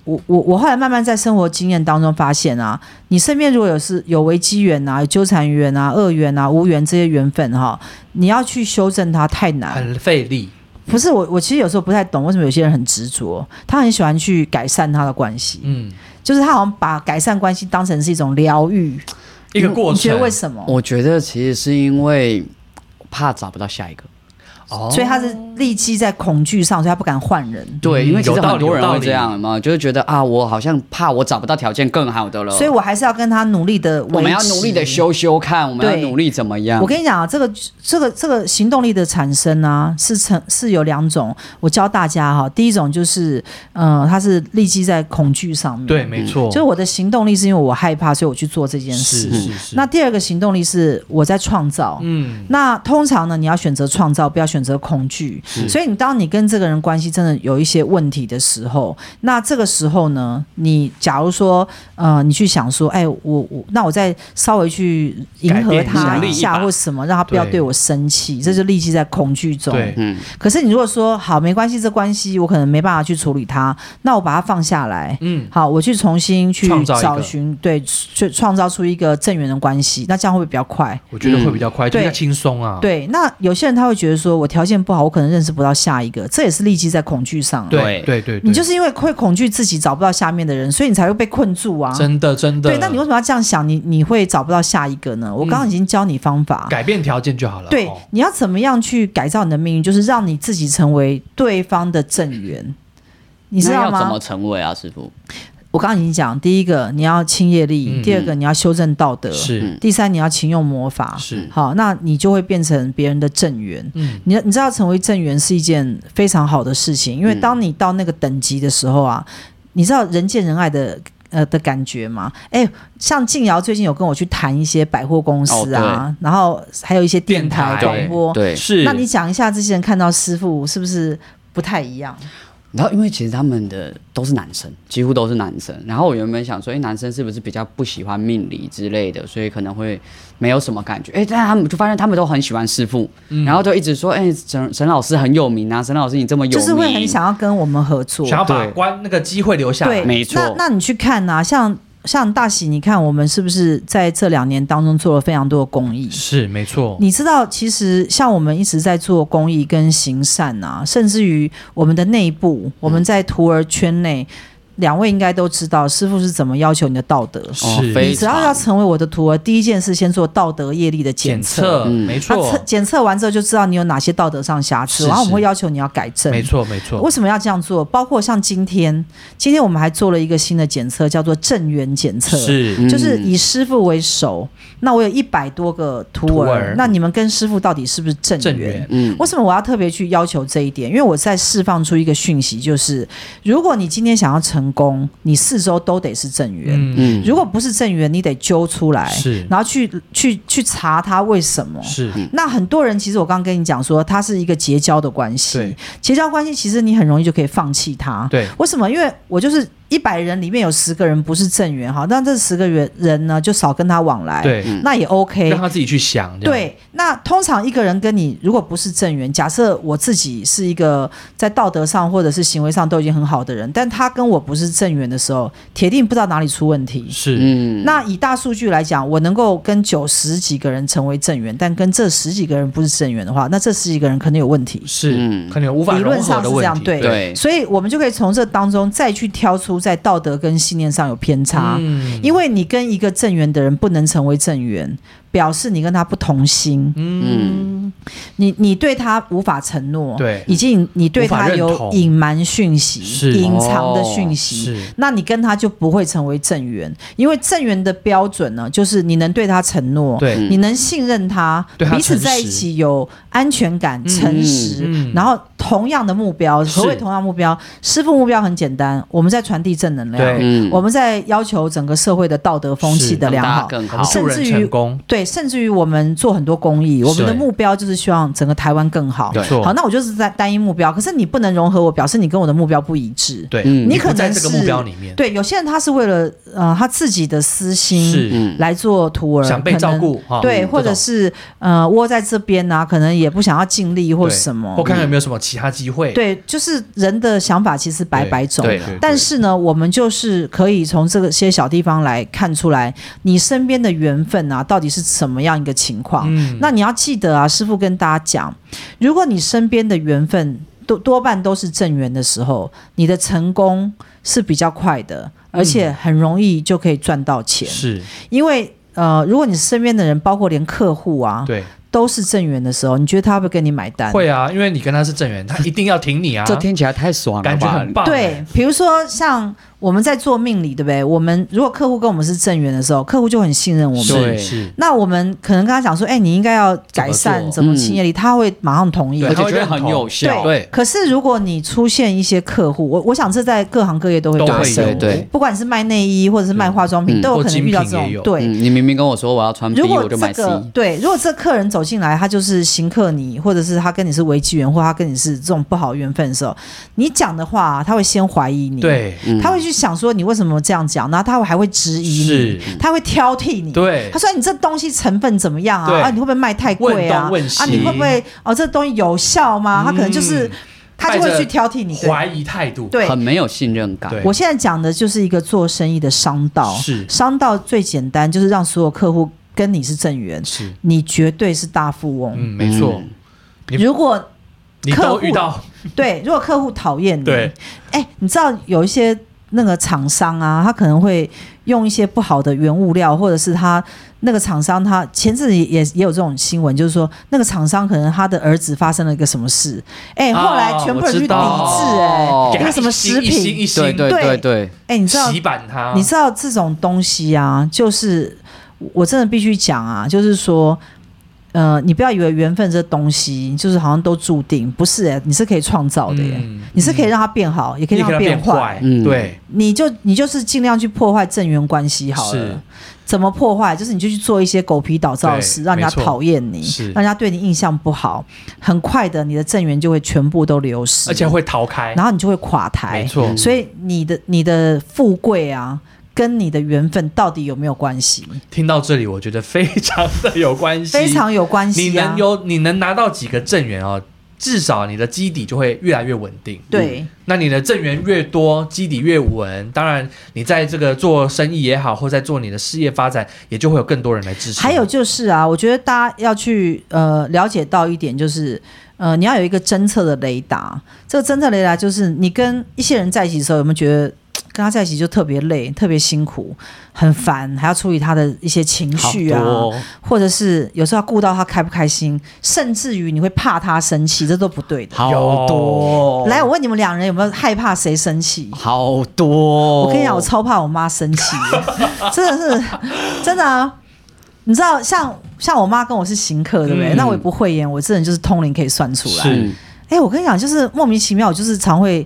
S1: 我我我后来慢慢在生活经验当中发现啊，你身边如果有是有危机缘啊、有纠缠缘啊、恶缘啊、无缘这些缘分哈、你要去修正它太难。
S2: 很费力，
S1: 不是我，我其实有时候不太懂为什么有些人很执着，他很喜欢去改善他的关系，
S2: 嗯，
S1: 就是他好像把改善关系当成是一种疗愈
S2: 一个过
S1: 你觉得
S2: 程
S3: 哦
S1: 为什么？
S3: 我觉得其实是因为怕找不到下一个，
S2: 哦
S1: 所以他是立基在恐惧上，所以他不敢换人。
S3: 对，
S2: 嗯
S3: 因为其
S2: 有
S3: 实
S2: 道
S3: 很
S2: 理
S3: 多人
S2: 有道
S3: 会
S2: 理
S3: 这样嘛，就是觉得啊，我好像怕我找不到条件更好的了，
S1: 所以我还是要跟他努力的，
S3: 哦我们要努力的。修修看，我们要
S1: 对
S3: 努力怎么样
S1: 我？跟你讲啊，这个这个这个行动力的产生啊，是成是有两种。我教大家哈，第一种就是，呃，它是立基在恐惧上面。
S2: 对，，没错，
S1: 嗯就是我的行动力是因为我害怕，所以我去做这件
S2: 是
S1: 事。
S2: 是是。
S1: 那第二个行动力是我在创造。
S2: 嗯，
S1: 那通常呢，你要选择创造，不要选择恐惧。所以你当你跟这个人关系真的有一些问题的时候，那这个时候呢，你假如说，呃，你去想说，哎，我我那我再稍微去迎合
S3: 改
S1: 他一
S3: 变一
S2: 下
S1: 下或什么，让他不要
S2: 对
S1: 对我生气，这就立即在恐惧中。
S2: 对，
S3: 嗯，
S1: 可是你如果说好没关系，这关系我可能没办法去处理它，那我把它放下来，
S2: 嗯，
S1: 好，我去重新去
S2: 创造一个
S1: 找寻，对，去创造出一个正缘的关系，那这样会不会比较快？
S2: 我觉得会比较快，
S1: 嗯
S2: 就比较
S1: 对
S2: 轻松啊。
S1: 对，那有些人他会觉得说，我条件不好，我可能认识不到下一个，这也是立即在恐惧上、啊。
S2: 对对对，
S1: 你就是是因为会恐惧自己找不到下面的人，所以你才会被困住啊。
S2: 真的真的。
S1: 对，那你为什么要这样想？你你会找不到下一个呢？我刚刚已经教你方法。
S2: 嗯改变条件就好了。
S1: 啊对
S2: 哦，
S1: 你要怎么样去改造你的命运？就是让你自己成为对方的正缘，你知
S3: 那
S1: 道
S3: 要怎么
S1: 吗？
S3: 成为啊，师傅？
S1: 我刚刚已经讲，第一个你要清业力，
S2: 嗯
S1: 第二个你要修正道德，
S2: 是
S3: 嗯
S1: 第三你要勤用魔法。
S2: 是，
S1: 好，那你就会变成别人的正缘。
S2: 嗯，
S1: 你你知道成为正缘是一件非常好的事情，因
S3: 嗯
S1: 为当你到那个等级的时候啊，你知道人见人爱的。呃的感觉嘛，哎，像静瑶最近有跟我去谈一些百货公司啊，然后还有一些电台
S2: 电台
S1: 广播，
S3: 哦对，
S2: 是。
S1: 那你讲一下这些人看到师傅是不是不太一样？
S3: 然后因为其实他们的都是男生，几乎都是男生。然后我原本想说，哎，男生是不是比较不喜欢命理之类的，所以可能会没有什么感觉。哎，但他们就发现他们都很喜欢师傅，
S1: 嗯
S3: 然后就一直说，哎，沈沈老师很有名啊，沈老师你这么有名，
S1: 就是会很想要跟我们合作，
S2: 想要把
S3: 对
S2: 关那个机会留下来
S1: 对，，
S3: 没错
S1: 那那你去看啊，像像大喜，你看我们是不是在这两年当中做了非常多的公益？
S2: 是没错。
S1: 你知道，其实像我们一直在做公益跟行善啊，甚至于我们的内部，我们在徒儿圈内，
S2: 嗯
S1: 两位应该都知道师傅是怎么要求你的道德。
S2: 是
S3: 哦，非
S1: 你只要
S3: 常
S1: 要成为我的徒儿，第一件事先做道德业力的
S2: 检
S1: 检测。
S2: 测，
S3: 嗯
S2: 没
S1: 他
S2: 错
S1: 测，检测完之后就知道你有哪些道德上瑕疵，
S2: 是
S1: 然后我
S2: 是
S1: 们会要求你要改正。
S2: 没错，没错。
S1: 为什么要这样做？包括像今天，今天我们还做了一个新的检测，叫做正缘检测。
S2: 是，
S1: 就是以师傅为首，那我有一百多个徒
S2: 徒
S1: 儿，
S2: 儿
S1: 那你们跟师傅到底是不是正
S2: 正
S1: 缘
S2: 缘？
S3: 嗯
S1: 为什么我要特别去要求这一点？因为我在释放出一个讯息，就是如果你今天想要成功，你四周都得是正缘。
S2: 嗯，
S3: 嗯
S1: 如果不是正缘，你得揪出来，
S2: 是
S1: 然后去去去查他为什么。
S2: 是，
S1: 那很多人其实我刚刚跟你讲说，它是一个结交的关系
S2: 对，
S1: 结交关系其实你很容易就可以放弃它。
S2: 对，
S1: 为什么？因为我就是一百人里面有十个人不是正缘哈，那这十个人人呢就少跟他往来，，
S2: 对，
S1: 那也 OK
S2: 让。他自己去想，这样，
S1: 哎嗯对，那通常一个人跟你如果不是正缘，假设我自己是一个在道德上或者是行为上都已经很好的人，但他跟我不是正缘的时候，铁定不知道哪里出问题。
S2: 是，
S3: 嗯
S1: 那以大数据来讲，我能够跟九十几个人成为正缘，但跟这十几个人不是正缘的话，那这十几个人肯定有问题。
S2: 是，
S3: 嗯
S2: 可能有无法
S1: 理
S2: 融
S1: 论上
S2: 合
S1: 是
S2: 的
S1: 这
S2: 问
S1: 样
S2: 题，
S1: 对
S3: 对
S1: 所以我们就可以从这当中再去挑出在道德跟信念上有偏差，
S2: 嗯
S1: 因为你跟一个正缘的人不能成为正缘，表示你跟他不同心，
S3: 嗯
S1: 你你对他无法承诺，
S2: 对
S1: 以及你你对
S2: 无法
S1: 他
S2: 认
S1: 有
S2: 同
S1: 隐瞒讯息
S2: 是、哦
S1: 隐藏的讯息。
S2: 是，
S1: 那你跟他就不会成为正缘，因为正缘的标准呢，就是你能对他承诺，
S2: 对，
S1: 你能信任他，
S2: 嗯对他
S1: 彼此
S2: 诚
S1: 在一
S2: 实
S1: 起有安全感、
S2: 嗯
S1: 诚实，
S2: 嗯
S1: 然后同样的目标，
S2: 是
S1: 何谓同样目标？师傅目标很简单，我们在传递正能量，
S2: 对
S3: 嗯
S1: 我们在要求整个社会的道德风气
S2: 是
S1: 的
S3: 让
S1: 良
S3: 大家
S1: 好。
S3: 更
S2: 我们
S3: 好，
S1: 甚
S2: 助人
S1: 至于
S2: 成功，
S1: 对，甚至于我们做很多公益，我们的
S2: 对
S1: 目标就是希望整个台湾更好。
S2: 没
S3: 对
S2: 错，
S1: 好，那我就是在单一目标，可是你不能融合我，表示你跟我的目标不一致。
S2: 对，
S3: 嗯
S1: 你
S2: 不
S1: 可
S2: 在
S1: 能
S2: 这个
S1: 是
S2: 目标里面，
S1: 对，有些人他是为了呃他自己的私心，
S2: 是
S3: 嗯
S1: 来做徒儿，
S2: 想被
S1: 可能
S2: 照顾哈嗯
S1: 对，
S2: 这
S1: 或者
S2: 种
S1: 是呃窝在这边呐、可能也不想要尽力或
S2: 对
S1: 什么嗯
S2: 我，看看有没有什么其他机会，
S1: 对，就是人的想法其实百百种。
S3: 对了
S1: 但是呢，我们就是可以从这个些小地方来看出来，你身边的缘分啊，到底是什么样一个情况？
S2: 嗯
S1: 那你要记得啊，师傅跟大家讲，如果你身边的缘分多多半都是正缘的时候，你的成功是比较快的，
S2: 嗯
S1: 而且很容易就可以赚到钱。
S2: 是，
S1: 因为呃，如果你身边的人，包括连客户啊，
S2: 对，
S1: 都是正缘的时候，你觉得他会不会跟你买单？
S2: 会啊，因为你跟他是正缘，他一定要 挺你啊，
S3: 这听起来太爽了吧，
S2: 感觉很棒、哎
S1: 对，比如说像我们在做命理，对不对？我们如果客户跟我们是正缘的时候，客户就很信任我们。
S3: 对
S2: 是是，
S1: 那我们可能跟他讲说，哎、你应该要改善
S2: 怎么做嗯
S1: 怎么亲业力，他会马上同意。啊
S2: 对
S3: 而且
S2: 他会
S3: 觉得
S2: 认
S3: 很
S2: 同
S3: 有效。
S2: 对
S1: 可是如果你出现一些客户，我我想这在各行各业都会
S2: 都
S1: 发
S2: 会
S1: 生
S2: 有，
S3: 对对
S1: 不管是卖内衣或者是卖化妆品，
S3: 嗯
S1: 都有可能遇到这
S2: 或精
S1: 种
S2: 品也有
S1: 对。
S3: 嗯，你明明跟我说我要穿 B，
S1: 如果
S3: 我就
S1: 这
S3: 买 C。
S1: 个对，如果这客人走进来，他就是行客你，或者是他跟你是危机缘，或他跟你是这种不好缘分的时候，你讲的话，他会先怀疑你，，
S2: 对
S3: 嗯
S1: 他会去想说你为什么这样讲，然后他会还会质疑你，
S2: 是，
S1: 他会挑剔你，
S2: 对
S1: 他说你这东西成分怎么样啊？
S2: 对
S1: 啊，你会不会卖太贵啊？
S2: 问东问西
S1: 啊，你会不会哦？这东西有效吗？啊他可能就是、
S2: 嗯
S1: 他就会
S2: 带着
S1: 去挑剔你。对
S2: 怀疑态度，
S1: 对
S3: 很没有信任感。
S2: 对
S1: 我现在讲的就是一个做生意的商道，
S2: 是
S1: 商道最简单，就是让所有客户跟你是正缘，
S2: 是，
S1: 你绝对是大富翁。
S2: 嗯，没错，
S3: 嗯
S2: 你
S1: 如果
S2: 你
S1: 客
S2: 都
S1: 户
S2: 遇到
S1: 对，如果客户讨厌你，
S2: 对，
S1: 哎，你知道有一些那个厂商啊，他可能会用一些不好的原物料，或者是他那个厂商他前阵子也也也有这种新闻，就是说那个厂商可能他的儿子发生了一个什么事，哎，
S2: 啊
S1: 后来全部人去抵制、
S3: 我
S1: 哎
S3: 知道，
S1: 那个什么食
S2: 哦一星
S1: 品，
S2: 一星
S3: 对对对对，
S1: 哎，你知道
S2: 洗版他，
S1: 你知道这种东西啊，就是我真的必须讲啊，就是说，呃，你不要以为缘分这东西就是好像都注定，不是、欸，你是可以创造的耶、
S2: 嗯
S1: 你是可以让它变好，也可以
S2: 你
S1: 让
S2: 可
S1: 它
S2: 能
S1: 变
S2: 变
S1: 坏。
S2: 坏，
S3: 嗯
S2: 对，
S1: 你就你就是尽量去破坏正缘关系好
S2: 是
S1: 了。怎么破坏？就是你就去做一些狗皮倒灶的事，
S2: 对
S1: 让人家
S2: 没错
S1: 讨厌你
S2: 是，
S1: 让人家对你印象不好。很快的，你的正缘就会全部都流失，
S2: 而且会逃开，
S1: 然后你就会垮台
S2: 没。
S3: 嗯
S2: 错，
S1: 所以你的你的富贵啊，跟你的缘分到底有没有关系？
S2: 听到这里，我觉得非常的有关系，
S1: 非常有关
S2: 你
S1: 系啊
S2: 能！有你能拿到几个正缘哦，至少你的基底就会越来越稳定。
S1: 对，
S2: 那你的正缘越多，基底越稳，当然你在这个做生意也好，或在做你的事业发展，也就会有更多人来支持。
S1: 还有，就是啊，我觉得大家要去呃了解到一点，就是呃你要有一个侦测的雷达。这个侦测雷达就是你跟一些人在一起的时候，有没有觉得嘖跟他在一起就特别累、特别辛苦、很烦，还要处理他的一些情
S3: 好
S1: 绪
S3: 多
S1: 啊，
S3: 哦
S1: 或者是有时候要顾到他开不开心，甚至于你会怕他生气，这都不对的。
S3: 好多哦，
S1: 来，我问你们两人有没有害怕谁生气？
S3: 好多哦。
S1: 我跟你讲，我超怕我妈生气 的，真的是真的啊！你知道，像像我妈跟我是行客，对不对？
S2: 嗯
S1: 那我也不会演，我这人就是通灵可以算出来。
S2: 是
S3: 嗯
S1: 哎、我跟你讲，就是莫名其妙，我就是常会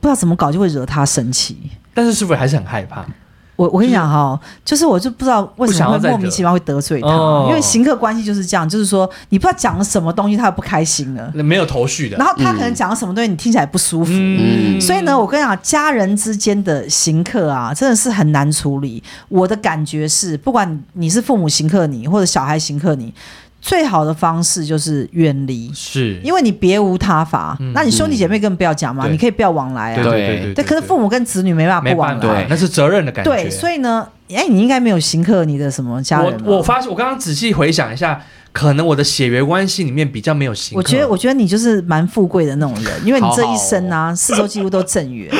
S1: 不知道怎么搞，就会惹她生气。
S2: 但是师傅还是很害怕，
S1: 我我跟你讲哈、就是我就不知道为什么
S2: 不想要再
S1: 会
S2: 惹
S1: 莫名其妙会得罪她，
S2: 哦
S1: 因为行客关系就是这样，就是说你不知道讲了什么东西，她不开心了，
S2: 没有头绪的
S1: 然。后她可能讲了什么东西，你听起来不舒服。
S3: 嗯
S1: 所以呢，我跟你讲，家人之间的行客啊，真的是很难处理。我的感觉是，不管你是父母行客你，或者小孩行客你，最好的方式就是远离，
S2: 是，
S1: 因为你别无他法。
S2: 嗯
S1: 那你兄弟姐妹更不要讲嘛，
S2: 对
S1: 你可以不要往来
S2: 对
S1: 啊。
S2: 对对对，
S1: 可是
S2: 对
S1: 父母跟子女没办法
S2: 没
S1: 不往
S2: 办
S1: 来
S2: 法，。那是责任的感觉。
S1: 对，所以呢，哎，你应该没有行客你的什么家人吧
S2: 我我发现，我刚刚仔细回想一下，可能我的血缘关系里面比较没有行客。
S1: 我觉得，我觉得你就是蛮富贵的那种人，因为你这
S2: 哦
S1: 一生 啊，四周几乎都正缘。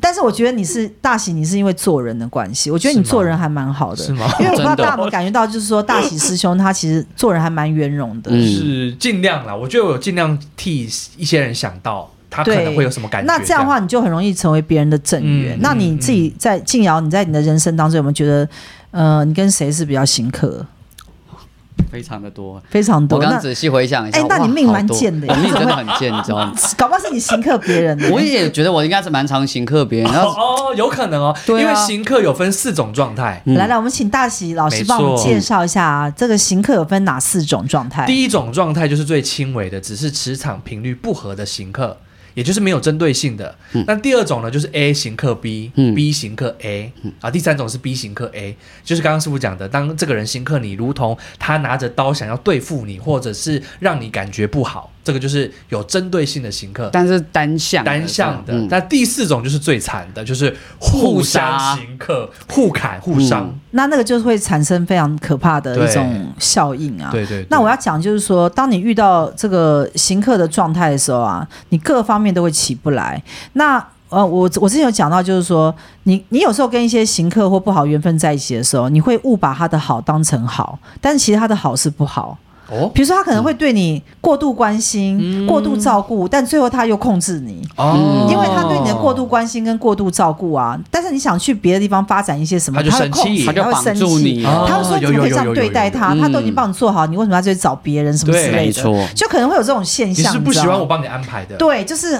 S1: 但是我觉得你是大喜，你是因为做人的关系，我觉得你
S2: 是吗
S1: 做人还蛮好的
S2: 是。吗？哦
S1: 因为我不知道
S3: 真的
S1: 大家有没有感觉到，就是说大喜师兄他其实做人还蛮圆融的。
S3: 嗯
S2: 是尽量啦，我觉得我尽量替一些人想到他可能会有什么感觉。
S1: 那这样的话，你就很容易成为别人的正缘。
S2: 嗯
S1: 那你
S2: 嗯
S1: 自己在静瑶，你在你的人生当中有没有觉得，呃，你跟谁是比较行客？
S3: 非常的多。
S1: 非常
S3: 我
S1: 多。
S3: 刚
S1: 那
S3: 仔细回想一下，
S1: 哎那你
S3: 哇
S1: 命
S3: 好
S1: 蛮
S3: 多
S1: 贱的耶嗯
S3: 我命真的很贱，你 知道吗？
S1: 搞不好是你行客别人的。
S3: 我也觉得我应该是蛮常行客别人， 然后
S2: 哦哦，有可能哦，
S3: 对
S2: 因
S3: 啊
S2: 为行客有分四种状态。
S3: 嗯
S1: 来来，我们请大喜老师
S2: 没
S1: 帮我们
S2: 错
S1: 介绍一下、啊、这个行客有分哪四种状态。
S2: 第一种状态就是最轻微的，只是磁场频率不合的行客，也就是没有针对性的。
S1: 嗯
S2: 那第二种呢，就是 A 行客 B，B、
S3: 嗯
S2: 行客 A，啊，第
S1: 嗯
S2: 三种是 B 行客 A，就是刚刚师傅讲的，当这个人行客你，如同他拿着刀想要对付你，或者是让你感觉不好，这个就是有针对性的行客。
S3: 但是单向的
S2: 单向的
S3: 嗯。
S2: 那第四种就是最惨的，就是
S3: 互
S2: 互
S3: 杀
S2: 相行客、互砍、互伤。
S1: 那那个就会产生非常可怕的一种效应啊。
S2: 对对对
S1: 那我要讲就是说，当你遇到这个行客的状态的时候啊，你各方面都会起不来。那呃，我我之前有讲到，就是说，你你有时候跟一些行客或不好缘分在一起的时候，你会误把他的好当成好，但是其实他的好是不好。
S2: 哦
S1: 比如说他可能会对你过度关心、
S2: 嗯
S1: 过度照顾，但最后他又控制你。
S2: 哦
S1: 嗯因为他对你的过度关心跟过度照顾啊，但是你想去别的地方发展一些什么，
S2: 他就
S1: 会
S2: 生气
S1: 控制
S2: 他
S3: 就
S1: 会生
S3: 绑住
S1: 气
S3: 你，
S2: 哦
S1: 他会说你
S2: 有
S1: 怎么
S2: 有
S1: 可以这
S2: 有
S1: 样
S2: 有
S1: 对
S2: 有
S1: 待
S2: 有
S1: 他？
S3: 嗯
S1: 他都已经帮你做好，你为什么要去找别人什么
S2: 对
S1: 之类
S3: 没
S1: 的？
S3: 错，
S1: 就可能会有这种现
S2: 你
S1: 象，
S2: 是不
S1: 知
S2: 喜
S1: 道
S2: 欢
S1: 吗
S2: 我帮你安排的，
S1: 对， 就是，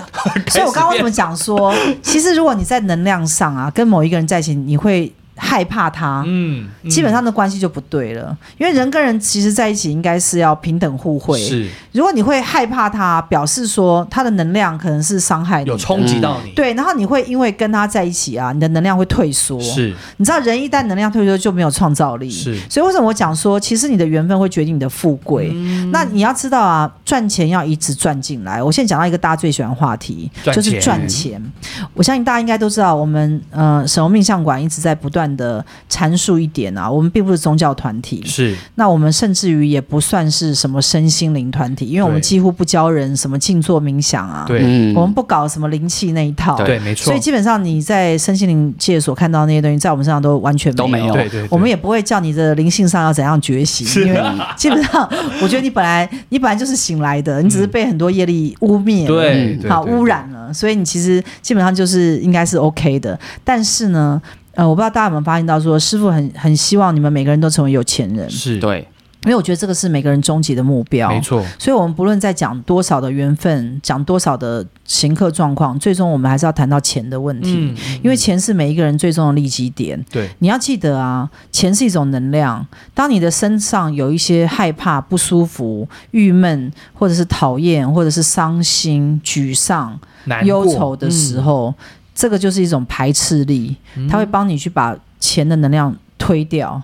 S1: 所以我刚刚为什么讲说，其实如果你在能量上啊，跟某一个人在一起，你会害怕他，
S2: 嗯，嗯，
S1: 基本上的关系就不对了。因为人跟人其实在一起应该是要平等互惠，
S2: 是
S1: 如果你会害怕他，表示说他的能量可能是伤害你
S2: 有
S1: 的，
S2: 冲击到你，
S1: 对，然后你会因为跟他在一起啊，你的能量会退缩。
S2: 是
S1: 你知道人一旦能量退缩就没有创造力，
S2: 是
S1: 所以为什么我讲说，其实你的缘分会决定你的富贵？
S2: 嗯
S1: 那你要知道啊，赚钱要一直赚进来。我现在讲到一个大家最喜欢的话题，
S2: 赚
S1: 就是
S2: 钱
S1: 赚钱。我相信大家应该都知道，我们呃神龙命相馆一直在不断的阐述一点啊，我们并不是宗教团体，
S2: 是
S1: 那我们甚至于也不算是什么身心灵团体，因为我们
S2: 对
S1: 几乎不教人什么静坐冥想啊，
S2: 对嗯
S3: 嗯
S1: 我们不搞什么灵气那一套，
S2: 对，没错
S1: 所以，基本上你在身心灵界所看到的那些东西，在我们身上都完全
S3: 都没有
S2: 对对，
S1: 我们
S2: 也
S1: 也不会叫你的灵性上要怎样觉醒，因为基本上，我觉得你本来你本来就是醒来的，你只是被很多业力污蔑了，
S2: 对
S1: 嗯
S2: 对
S1: 好
S2: 对
S1: 污染了，所以你其实基本上就是应该是 OK 的。但是呢，呃，我不知道大家有没有发现到说，师傅很很希望你们每个人都成为有钱人，
S2: 是
S3: 对，
S1: 因为我觉得这个是每个人终极的目标，
S2: 没错，
S1: 所以，我们不论在讲多少的缘分，讲多少的行客状况，最终我们还是要谈到钱的问题，
S2: 嗯，
S1: 因为钱是每一个人最终的利基点。
S2: 对，
S1: 你要记得啊，钱是一种能量。当你的身上有一些害怕、不舒服、郁闷，或者是讨厌，或者是伤心、沮丧、
S2: 难
S1: 忧
S2: 过
S1: 愁的时，候，这个就是一种排斥力，它会帮你去把钱的能量推掉。
S2: 嗯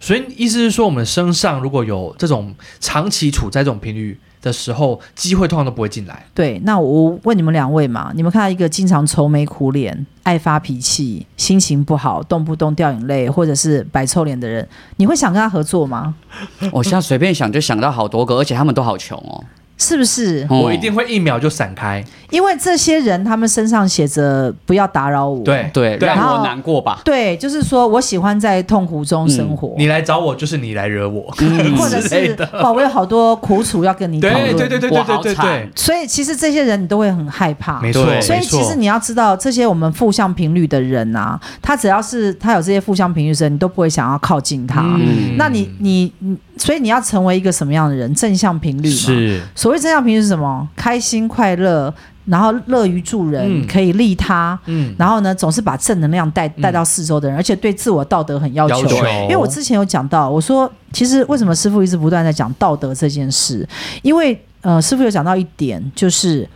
S2: 所以意思是说，我们身上如果有这种长期处在这种频率的时候，机会通常都不会进来，
S1: 对，那我问你们两位嘛，你们看到一个经常愁眉苦脸、爱发脾气、心情不好、动不动掉眼泪，或者是摆臭脸的人，你会想跟他合作吗？
S3: 我现在随便想就想到好多个，而且他们都好穷哦。
S1: 是不是？
S3: 嗯
S2: 我一定会一秒就闪开，
S1: 因为这些人他们身上写着“不要打扰我”，
S2: 对
S3: 对，
S2: 对
S1: 然后
S3: 让我难过吧。
S1: 对，就是说我喜欢在痛苦中生活，
S2: 嗯你来找我就是你来惹我，
S3: 嗯
S1: 或者
S2: 之类
S1: 是
S2: 的
S1: 哇，我有好多苦楚要跟你讨
S2: 对
S1: 论。
S2: 对对对对
S3: 我
S2: 对
S3: 好
S2: 对对
S3: 惨，
S1: 所以其实这些人你都会很害怕，
S2: 没错，
S3: 对
S1: 所以
S2: 没
S1: 其
S2: 错
S1: 实你要知道，这些我们负向频率的人啊，他只要是他有这些负向频率的时候，你都不会想要靠近他。
S2: 嗯
S1: 那你你你，所以你要成为一个什么样的人？正向频率嘛。
S2: 嗯是
S1: 所谓正向频率是什么？开心快乐，然后乐于助人，
S2: 嗯
S1: 可以利他。
S2: 嗯
S1: 然后呢，总是把正能量带带到四周的人，而且对自我道德很要求。
S2: 要求
S3: 哦
S1: 因为我之前有讲到，我说其实为什么师傅一直不断在讲道德这件事，因为呃，师傅有讲到一点，就是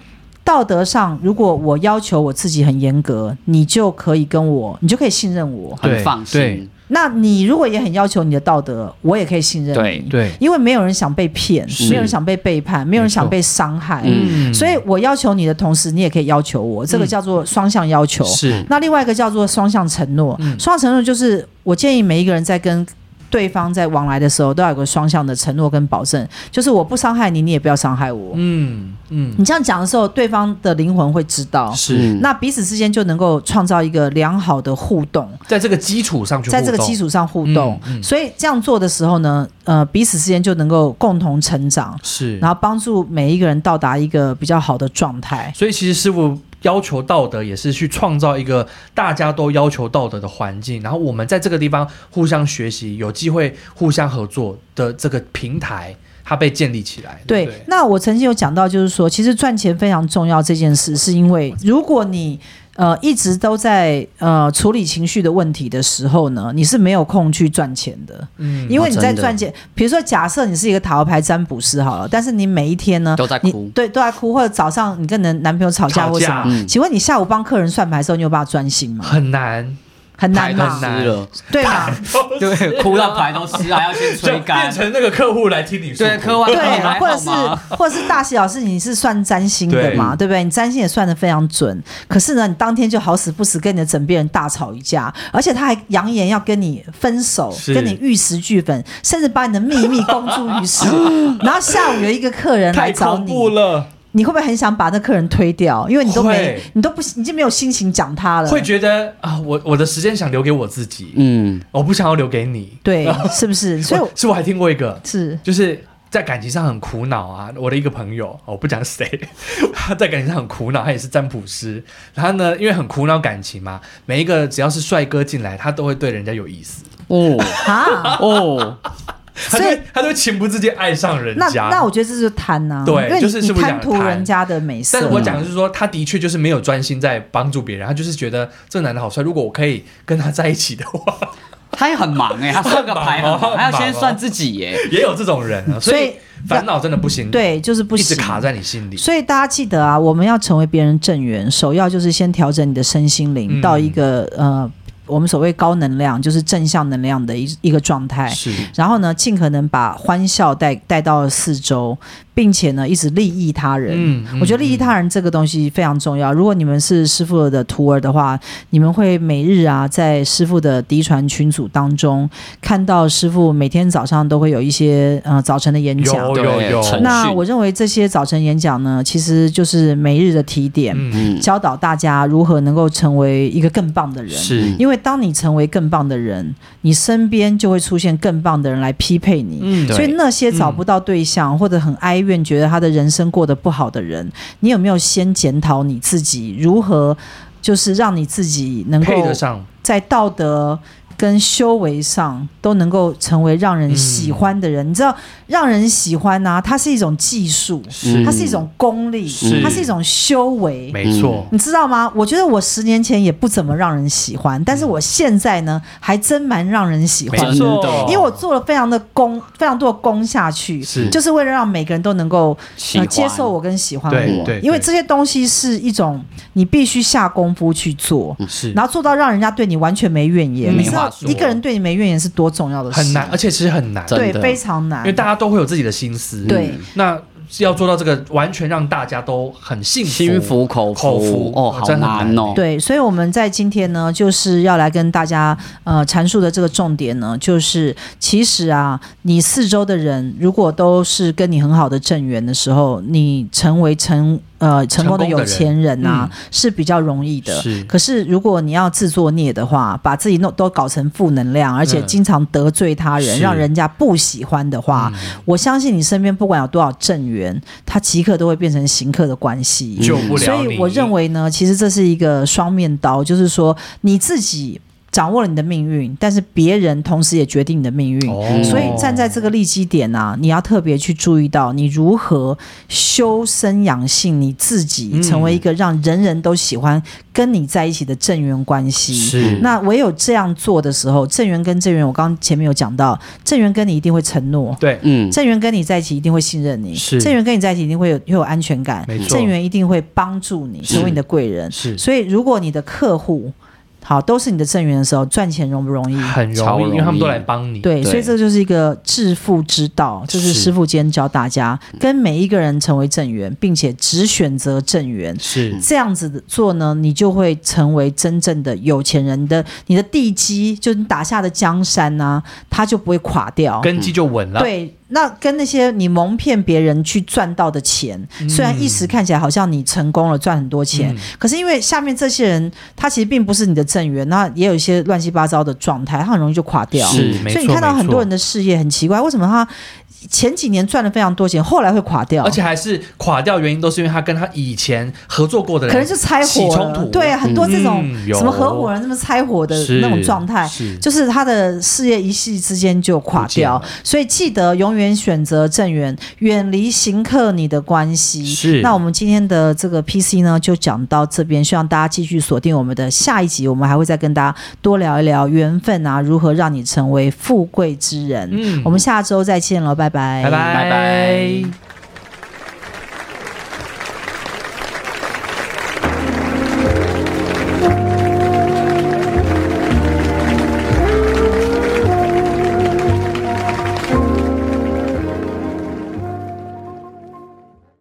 S1: 道德上，如果我要求我自己很严格，你就可以跟我，你就可以信任我。
S2: 对
S3: 很放
S2: 对
S3: 心，
S1: 那你如果也很要求你的道德，我也可以信任
S3: 对
S1: 你，
S2: 对，
S1: 因为没有人想被骗，
S3: 是
S1: 没有人想被背叛，没有人想被伤害。
S3: 嗯
S1: 所以我要求你的同时，你也可以要求我，这个
S2: 嗯
S1: 叫做双向要求。
S2: 是
S1: 那另外一个叫做双向承诺，
S2: 嗯
S1: 双向承诺就是我建议每一个人在跟对方在往来的时候，都要有个双向的承诺跟保证，就是我不伤害你，你也不要伤害我。
S2: 嗯嗯
S1: 你这样讲的时候，对方的灵魂会知道，
S2: 是
S3: 嗯
S1: 那彼此之间就能够创造一个良好的互动，
S2: 在这个基础上去互
S1: 在
S2: 动，
S1: 这个基础上互动。
S2: 嗯嗯
S1: 所以这样做的时候呢，呃，彼此之间就能够共同成长，
S2: 是，
S1: 然后帮助每一个人到达一个比较好的状态。
S2: 所以其实师傅要求道德，也是去创造一个大家都要求道德的环境，然后我们在这个地方互相学习，有机会互相合作的这个平台，它被建立起来。对
S1: 对
S2: 不对，，
S1: 那我曾经有讲到，就是说，其实赚钱非常重要这件事，是因为如果你呃一直都在呃处理情绪的问题的时候呢，你是没有空去赚钱的，
S2: 嗯
S1: 因为你
S3: 哦
S1: 在
S3: 真的
S1: 赚钱，比如说假设你是一个塔罗牌占卜师好了，但是你每一天呢
S3: 都在
S1: 你
S3: 哭
S1: 对，都在哭，或者早上你跟男男朋友吵架
S2: 吵
S1: 或什
S2: 架嗯
S1: 么，请问你下午帮客人算牌的时候，你有办法专心吗？
S2: 很难，
S1: 很难
S2: 太
S1: 吗
S2: 很？难
S3: 湿了，
S1: 对吗？
S3: 对，哭到牌都湿，还要先
S2: 就
S3: 吹
S2: 变
S3: 干。
S2: 成那个客户来听你说。
S3: 对，磕完
S1: 对
S3: 牌还
S1: 啊，或者
S3: 好
S1: 是
S3: 吗？
S1: 或者是大喜老师，你是算占星的
S2: 对
S1: 嘛，对不对？你占星也算的非常准，可是呢，你当天就好死不死跟你的枕边人大吵一架，而且他还扬言要跟你分手，
S2: 是
S1: 跟你玉石俱焚，甚至把你的秘密公诸于 世。然后下午有一个客人来
S2: 太
S1: 找
S2: 恐
S1: 你，
S2: 怖了，
S1: 你会不会很想把那客人推掉？因为你都没
S2: 会，
S1: 你都不，你就没有心情讲他了。
S2: 会觉得啊，我我的时间想留给我自己，
S3: 嗯，
S2: 我不想要留给你。
S1: 对，是不是？所以
S2: 我
S1: 我
S2: 是我还听过一个，
S1: 是
S2: 就是在感情上很苦恼啊。我的一个朋友，哦我不讲谁， 他在感情上很苦恼，他也是占卜师。然后呢，因为很苦恼感情嘛，每一个只要是帅哥进来，他都会对人家有意思，
S3: 哦
S1: 啊。
S3: 哦，
S2: 他就
S1: 所以
S2: 会他就会情不自禁爱上 人
S1: 那
S2: 家。
S1: 那我觉得这就是贪呐、
S2: 对
S1: 因为你
S2: 就是是
S1: 你
S2: 不是想
S1: 贪图
S2: 贪
S1: 人家的美色
S2: 但
S1: 嘛。
S2: 是我讲的是说，他的确就是没有专心在帮助别人，他就是觉得这个男的好帅，如果我可以跟他在一起的话，
S3: 他也很忙哎，他算个牌很
S2: 很忙
S3: 忙，
S2: 哦
S3: 他要先算自己耶。
S2: 也有这种人啊，
S1: 所
S2: 所
S1: 以
S2: 以烦恼真的不行，，
S1: 对，就是不
S2: 嗯一直
S1: 行。
S2: 卡在你心里。
S1: 所以大家记得啊，我们要成为别人正缘，首要就是先调整你的身心灵、
S2: 嗯
S1: 到一个呃，我们所谓高能量，就是正向能量的一一个状态。
S2: 是，
S1: 然后呢，尽可能把欢笑带带到四周，并且呢，一直利益他人。
S2: 嗯
S1: 我觉得利益
S2: 他。嗯
S1: 他人这个东西非常重要。如果你们是师傅的徒儿的话，你们会每日啊在师傅的嫡传群组当中看到师傅每天早上都会有一些呃早晨的演讲。
S2: 有有
S3: 对
S2: 有，
S3: 成
S1: 那
S3: 训
S1: 我认为这些早晨演讲呢，其实就是每日的提点，
S2: 嗯
S3: 嗯，
S1: 教导大家如何能够成为一个更棒的人。
S2: 是，
S1: 因为当你成为更棒的人，你身边就会出现更棒的人来匹配你。
S2: 嗯
S3: 对
S1: 所以那些找不到对象、或者很哀怨，觉得他的人生过得不好的人，你有没有先检讨你自己，如何就是让你自己能够
S2: 配得上，
S1: 在道德跟修为上都能够成为让人喜欢的人？你知道，让人喜欢呐、它是一种技术，
S2: 是
S1: 它是一种功力，
S2: 是
S1: 它是一种修为。
S2: 没错，
S1: 你知道吗？我觉得我十年前也不怎么让人喜欢，但是我现在呢，还真蛮让人喜欢
S2: 没
S1: 的。
S3: 真
S2: 错
S3: 的，
S1: 因为我做了非常的功，非常多的功下去，
S2: 是
S1: 就是为了让每个人都能够、
S3: 喜
S1: 呃、
S3: 欢
S1: 接受我跟喜欢
S2: 对
S1: 我
S2: 对，
S1: 嗯因为
S2: 对
S1: 这些东西是一种你必须下功夫去做，
S2: 是
S1: 然后做到让人家对你完全没怨言。
S2: 嗯
S1: 你知
S3: 没
S1: 道
S3: 话说
S1: 一个人对你没怨言是多重要的事，
S2: 很难，而，且其实很难，
S3: 真
S1: 对，
S3: 的
S1: 非常难
S2: 因为。大家都会有自己的心思，
S1: 对
S3: 嗯
S2: 那要做到这个完全让大家都很幸福，
S3: 心服口
S2: 口服
S3: 哦，好
S2: 真的很
S3: 难哦。
S1: 对，所以我们在今天呢，就是要来跟大家呃阐述的这个重点呢，就是其实啊，你四周的人如果都是跟你很好的正缘的时候，你成为成呃成功的有钱人啊
S3: 嗯
S1: 是比较容易的。
S2: 是
S1: 可是如果你要自作孽的话，把自己弄都搞成负能量，而且
S2: 嗯
S1: 经常得罪他人，
S2: 是嗯
S1: 让人家不喜欢的话，我相信你身边不管有多少正缘，他即刻都会变成行客的关系。
S2: 救不
S1: 所
S2: 了你。
S1: 以我认为呢，其实这是一个双面刀，就是说你自己掌握了你的命运，但是别人同时也决定你的命运。
S2: 哦，
S1: 嗯所以站在这个利基点啊，你要特别去注意到你如何修身养性，你自己
S2: 嗯
S1: 成为一个让人人都喜欢跟你在一起的正缘关系。
S2: 是
S1: 那唯有这样做的时候，正缘跟正缘，我刚刚前面有讲到，正缘跟你一定会承诺，
S2: 对，
S3: 嗯，
S1: 郑源跟你在一起一定会信任你，
S2: 是
S1: 郑源跟你在一起一定会有会有安全感
S2: 没，错
S1: 郑源一定会帮助你
S2: 是
S1: 成为你的贵人。
S2: 是
S1: 所以，如果你的客户好都是你的郑源的时候，赚钱容不容易？
S2: 很
S3: 超
S2: 容易，因为
S3: 容
S2: 他们都
S3: 易
S2: 来帮你。
S1: 对，
S3: 对
S1: 所以这就是一个致富之道，就是
S2: 是
S1: 师傅今天教大家
S2: 嗯
S1: 跟每一个人成为正缘，并且只选择正缘。
S2: 是
S1: 这样子做呢，你就会成为真正的有钱人你的，你的地基就是你打下的江山呐、它就不会垮掉。
S2: 根基就稳了。，
S1: 对，那跟那些你蒙骗别人去赚到的钱，虽然一时看起来好像你成功了，赚很多钱，
S2: 嗯
S1: 可是因为下面这些人，他其实并不是你的正缘，那也有一些乱七八糟的状态，他很容易就垮掉。
S2: 是没
S1: 嗯所以你
S2: 错
S1: 看到
S2: 没
S1: 很多
S2: 错
S1: 人的事业很奇怪，为什么他前几年赚了非常多钱，后来会垮掉？
S2: 而且还是垮掉，原因都是因为他跟他以前合作过的人
S1: 可能就拆
S2: 起
S1: 伙
S2: 冲
S1: 了
S2: 突，，
S1: 对，很多这种
S2: 嗯有
S1: 什么合伙人、什么拆伙的
S2: 是
S1: 那种状态，
S2: 是
S1: 就是他的事业一夕之间就垮掉
S2: 不见，
S1: 所以记得永远选择正缘，远离行客你的关系。
S2: 是
S1: 那我们今天的这个 PC 呢，就讲到这边，希望大家继续锁定我们的下一集，我们还会再跟大家多聊一聊缘分啊，如何让你成为富贵之人。
S2: 嗯
S1: 我们下周再见了，拜拜，
S2: 拜拜
S3: 拜拜